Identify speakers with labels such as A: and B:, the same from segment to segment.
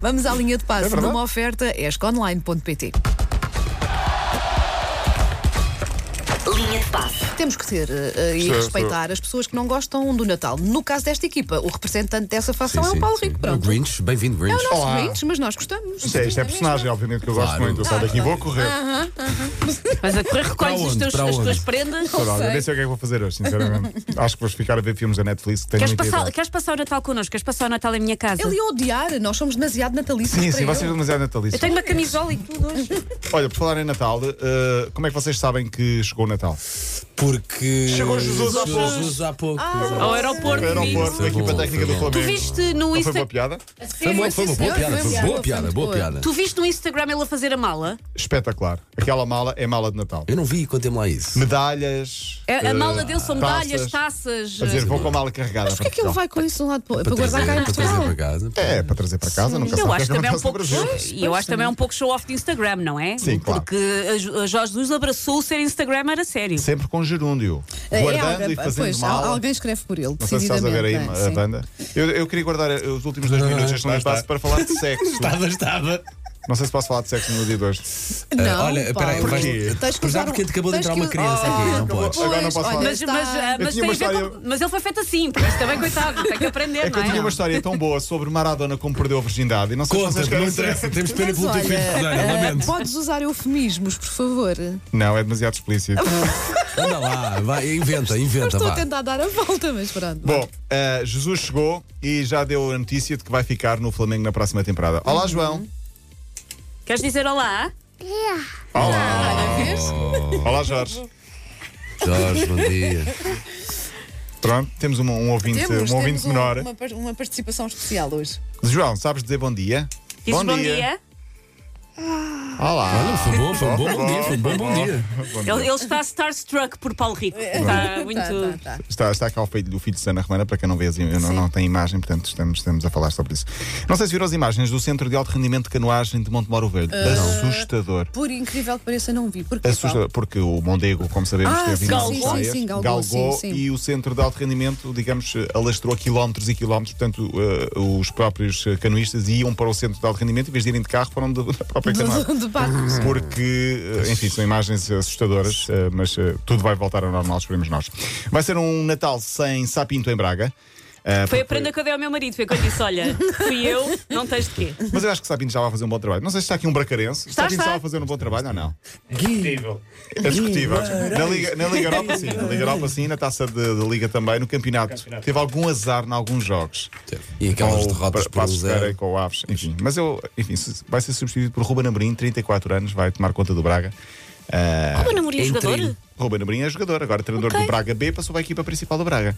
A: Vamos à linha de
B: É
A: passo
B: verdade.
A: numa oferta esconline.pt.
C: Linha de passe.
A: Temos que ter eh, e
B: Certo.
A: respeitar as pessoas que não gostam do Natal. No caso desta equipa, o representante dessa
D: Sim,
A: facção é
D: sim,
A: o Paulo
D: sim.
A: Rico.
D: O
A: Pronto. É
D: Grinch, bem-vindo, Grinch.
A: Nós
B: Olá.
A: seguintes, mas nós gostamos.
B: Isto é, isto é personagem, obviamente, que eu gosto
D: Claro.
B: muito. Eu saio daqui e vou correr.
E: Mas a correr recolhes
D: Para
E: os
D: onde?
E: teus,
D: Para
E: as
D: onde?
E: tuas prendas.
B: Olha, eu nem sei o que é que vou fazer hoje, sinceramente. Acho que vou ficar a ver filmes da Netflix que tenho
E: Queres
B: muita
E: passar,
B: ideia.
E: queres passar o Natal connosco? Queres passar o Natal em minha casa?
A: Ele ia odiar, nós somos demasiado natalícios.
B: Sim,
A: para
B: sim,
A: ele.
B: vocês são demasiado natalistas.
E: Eu tenho uma camisola e tudo hoje.
B: Olha, por falar em Natal, eh, como é que vocês sabem que chegou o Natal?
D: Porque.
B: Chegou Jesus há pouco.
D: Jesus há pouco.
A: Ah,
E: Ao aeroporto.
B: Aeroporto,
D: Foi
B: da equipa
D: bom,
B: técnica
D: foi
B: do Flamengo.
D: bom.
E: Tu viste no
B: Não foi boa
E: Instagram.
B: piada?
D: Foi uma, foi
A: Sim, senhor,
D: uma boa piada, foi uma
A: foi
D: boa
A: muito
D: piada, boa
A: boa.
D: piada.
E: Tu viste no Instagram ele a fazer a mala?
B: Espetacular. Aquela mala é mala de Natal.
D: Eu não vi, contem-me lá isso.
B: Medalhas.
E: A, a
B: eh,
E: mala dele são
B: taças.
E: medalhas, taças. eh,
B: A dizer, vou com a mala carregada.
A: Porquê é que ele vai com isso de um lado para o outro? Para guardar
D: trazer,
A: cá em
D: para trazer
A: Portugal?
D: para casa.
B: É, para trazer para casa, nunca sabe
E: Eu
B: o que é
E: acho
B: que
E: também é um
B: acontece no
E: pouco
B: Brasil.
E: show, e eu acho também é um pouco show off de Instagram, não é?
B: Sim, claro.
E: Porque a, a Jorge Jesus abraçou o ser Instagram era sério.
B: Sempre com gerúndio.
A: É,
B: Guardando
A: alguém-
B: e fazendo
A: pois,
B: mal.
A: Alguém escreve por ele,
B: Não sei se estás a ver aí eh,
A: decididamente.
B: a
A: é, sim.
B: banda. Eu, eu queria guardar eh, os últimos dois minutos deste
D: está,
B: espaço
D: está.
B: para falar de sexo.
D: Estava, estava.
B: Não sei se posso falar de sexo no dia de hoje.
A: Não,
D: Ah, olha, espera aí,
A: Paulo.
D: vais-
A: Tens que
D: Pois dá,
A: usar um-
D: porque acabou de
A: tens
D: entrar
A: que-
D: uma criança
A: Ah,
D: aqui, não
A: acabou.
D: podes.
B: Agora não
A: Pois,
B: posso
A: olha, eh,
B: falar.
E: Mas,
A: está-
E: mas, ah,
B: Eu tinha
E: mas tem
B: uma
E: a ver
B: história-
E: com- mas ele foi feito assim, por isso também, coitado, tem que aprender,
B: É que
E: não
B: eu
E: é?
B: tinha uma história tão boa sobre Maradona como perdeu a virgindade. E não sei se
D: Conta,
B: vocês
D: não
B: querem saber.
D: interessa. Temos pena
A: Mas
D: pelo teu filho,
A: olha,
D: Susana,
A: ah,
D: lamento.
A: Podes usar eufemismos, por favor.
B: Não, é demasiado explícito.
D: Anda lá, vai, inventa,
A: Eu
D: inventa,
A: estou a
D: vá.
A: tentar dar a volta, mas pronto.
B: Bom, eh, Jesus chegou e já deu a notícia de que vai ficar no Flamengo na próxima temporada. Olá,
E: Uhum.
B: João.
E: Queres dizer olá?
B: Olá.
A: Olha, vês?
B: Olá, Jorge.
D: Jorge, bom dia.
B: Pronto, temos um, um ouvinte,
A: Temos, temos
B: um ouvinte
A: um-
B: menor.
A: Uma, par- uma participação especial hoje.
B: João, sabes dizer bom dia?
E: Dizes bom dia.
B: Olá.
A: Ah,
D: Olha, foi um bom, foi bom, bom dia, foi bom, bom dia.
B: Bom dia.
E: Ele, ele está starstruck por Paulo Rico. Está Ah, muito.
A: É. Tá, tá, tá.
B: Está, está cá o filho do filho de Sana Romana, para quem não vê, as im- não, não tem imagem, portanto estamos, estamos a falar sobre isso. Não sei se viram as imagens do Centro de Alto Rendimento de Canoagem de Montemoro Verde.
A: Ah.
B: Assustador.
A: Por incrível que pareça, não vi. Porque
B: Assustador, porque o Mondego, como sabemos,
A: Ah,
B: teve
A: sim,
B: imensas
A: sim,
B: praias,
A: sim, sim, galgou, sim, sim.
B: e o Centro de Alto Rendimento, digamos, eh, alastrou quilómetros e quilómetros, portanto, eh, os próprios eh, canoístas iam para o Centro de Alto Rendimento, em vez de irem de carro, foram de- da própria canoa.
A: De, de barco.
E: Uhum.
B: Porque, eh, enfim, são imagens assustadoras, eh, mas eh, tudo vai voltar ao normal, esperemos nós. Vai ser um Natal sem sapinto em Braga. eh,
E: Foi a
B: porque-
E: prenda que eu dei ao meu marido. Foi quando disse: olha, fui eu, não tens de quê.
B: Mas eu acho que Sapinto já vai fazer um bom trabalho. Não sei se está aqui um bracarense.
E: Está,
B: Sapinto
E: está.
B: já vai fazer um bom trabalho ou não?
D: Gui,
B: É discutível. Na Liga, na Liga Europa, sim. Na Liga Europa, sim. Na taça de, de Liga também. No campeonato. Teve algum azar em alguns jogos.
D: E aquelas
B: Com o
D: derrotas
B: Pa-
D: por um
B: Passos Pereira e
D: zero.
B: com o Aves. Enfim. Mas eu, enfim, se- vai ser substituído por Ruben Amorim, 34 anos. Vai tomar conta do Braga. Ah,
E: Pô, namoria
D: Entre-
E: é jogador?
B: Ruben Amorim é jogador, agora treinador do Braga B, passou para a equipa principal do Braga.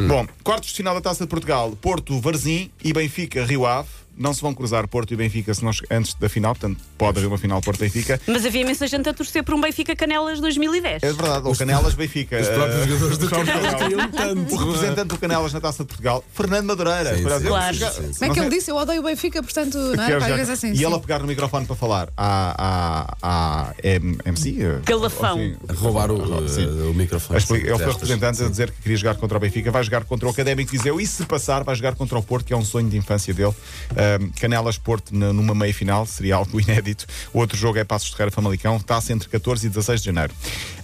D: Hum.
B: Bom, quartos de final da Taça de Portugal, Porto, Varzim e Benfica, Rio Ave. Não se vão cruzar Porto e Benfica se não che- antes da final, portanto pode haver uma final Porto e Benfica.
E: Mas havia imensa gente a torcer por um Benfica Canelas 2010.
B: É verdade, o Canelas Benfica.
D: Os
B: eh,
D: próprios jogadores do
B: Canelas.
D: Canelas queriam tanto.
B: o representante do Canelas na Taça de Portugal, Fernando Madureira.
D: Sim,
B: Por
D: sim,
B: exemplo,
E: Claro.
B: joga-
D: sim, sim.
A: Como é que
B: não
A: ele
B: sei-
A: disse? Eu odeio o Benfica, portanto, não é? Qualquer
B: Quero já-
A: coisa assim.
B: e
A: sim.
B: ele a pegar no microfone para falar à, à, à M- MC. eh,
E: Galafão.
B: enfim,
D: Roubar o,
B: sim.
D: eh, o microfone.
B: A explica-
D: sim,
B: Ele foi
D: testas.
B: representante a dizer que queria jogar contra o Benfica, vai jogar contra o Académico de Viseu e se passar vai jogar contra o Porto, que é um sonho de infância dele. Ahm, Canelas-Porto na- numa meia-final seria algo inédito. O outro jogo é Passos de Ferreira-Famalicão, está-se entre 14 e 16 de janeiro.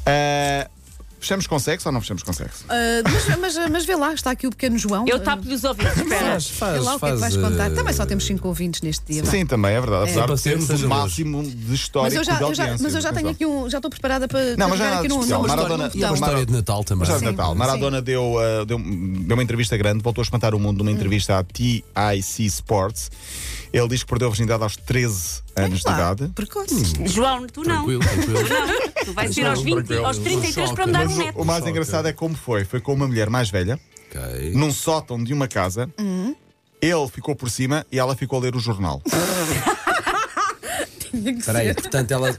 B: Ah, fechamos com sexo ou não fechamos com sexo?
A: Ah, mas, mas, mas vê lá, está aqui o pequeno João.
E: Eu tapo-lhe os ouvidos. Espera.
D: Faz,
A: Vê
D: faz,
A: lá o que é que
D: faz,
A: vais contar.
D: eh,
A: Também só temos cinco ouvintes neste dia. vá.
B: Sim, também é verdade. Apesar de
D: Paciência,
B: termos
D: seja
B: o
D: luz.
B: máximo de história
A: Mas eu já,
B: de
A: eu já-
B: audiência.
A: mas eu já tenho
B: atenção.
A: aqui um. Já estou preparada para.
B: Não,
A: para
B: mas já
A: jogar
B: nada
A: aqui
B: de
A: num-
B: especial.
A: num
B: Maradona-
A: botão.
D: E é uma história de Natal também.
B: Mas já de
A: Sim,
B: Natal. Maradona deu, uh, deu, deu uma entrevista grande, voltou a espantar o mundo
A: Hum.
B: numa entrevista à TIC Sports. Ele diz que perdeu a virgindade aos 13 anos
A: Lá,
B: de idade.
A: Precoce.
E: João, tu não.
D: Tranquilo, tranquilo.
E: Não, tu vais ir aos 20,
D: Tranquilo.
E: aos 33 para me dar um
B: Mas o,
E: neto.
B: o mais
D: Só,
B: engraçado
D: ok.
B: é como foi. Foi com uma mulher mais velha,
D: Ok.
B: num sótão de uma casa.
A: Hum.
B: Ele ficou por cima e ela ficou a ler o jornal.
D: Espera aí, portanto ela.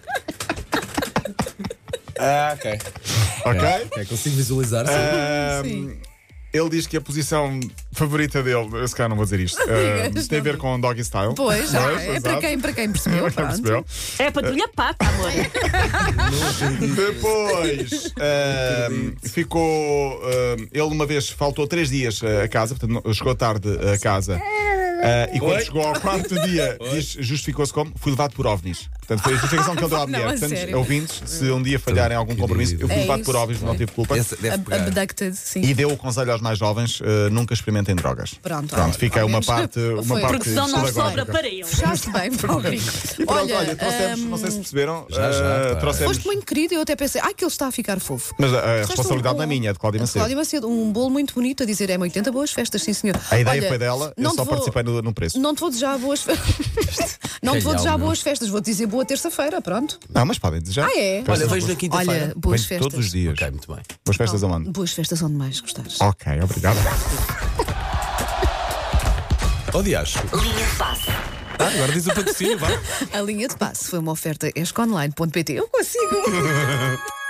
D: Ah, ok.
B: ok?
D: Ok, É, consigo visualizar. sim.
B: Ah,
A: Sim.
B: Ele diz que a posição favorita dele, eu se calhar não vou dizer isto, ah,
A: digas,
B: tem a
A: não
B: ver com doggy style.
A: Pois, já.
B: Pois,
A: é
B: exato.
A: para quem, para quem percebeu.
B: Quem
A: pronto.
B: percebeu?
E: É para tu lhe pata, amor.
B: Depois ehm, ahm, eh, ficou. ahm, ele uma vez faltou três dias ah, a casa, portanto não- chegou tarde a casa. Ah, e quando
D: Oi?
B: chegou ao quarto dia, diz- justificou-se como? Fui levado por ovnis. Portanto, foi a justificação que ele deu
A: Não,
B: à mulher.
A: a
B: Portanto,
A: sério.
B: ouvintes, se um dia falharem algum compromisso, eu fui
A: É
B: levado
A: isso.
B: por ovnis, não tive culpa.
D: Essa deve
A: Ab-
D: pegar.
A: Abducted, sim.
B: E deu o conselho aos mais jovens: eh, nunca experimentem drogas.
A: Pronto, olha,
B: Pronto fica
A: ao
B: uma
A: menos
B: parte. Uma
A: foi.
B: parte
A: Porque
E: Produção não
B: pedagógica.
E: sobra para ele.
A: Fechaste bem, pobre.
B: Pronto, olha, então trouxemos,
A: hum,
B: não sei se perceberam,
D: Já, já,
B: eh,
D: pá.
B: trouxemos.
A: foste muito querido, eu até pensei, ai que ele está a ficar fofo.
B: Mas eh, a, a
A: Trouxeste
B: responsabilidade
A: um-
B: não é minha, é de Cláudia
A: de
B: Macedo.
A: Cláudia Macedo, um bolo muito bonito a dizer é 80 boas festas, sim senhor.
B: A ideia
A: Olha,
B: foi dela, eu
A: não te
B: só
A: vou-
B: participei no, no preço.
A: Não te vou desejar boas festas. não te vou
D: Calhau,
A: desejar
D: meu.
A: boas festas, vou te dizer boa terça-feira, pronto.
B: Não, mas podem desejar.
A: Ah, é?
D: Olha,
B: Festas
D: vejo na
B: boas-
D: quinta-feira.
A: Olha, boas
B: Bem,
A: festas.
B: Todos os dias.
D: Ok, muito bem.
B: Boas festas aonde?
A: Boas festas onde mais gostares.
B: Ok, obrigado.
D: Aliás,
C: Linha de passe.
D: ah, agora diz o patrocínio, vá.
A: A linha de passe foi uma oferta esconline.pt. Eu consigo.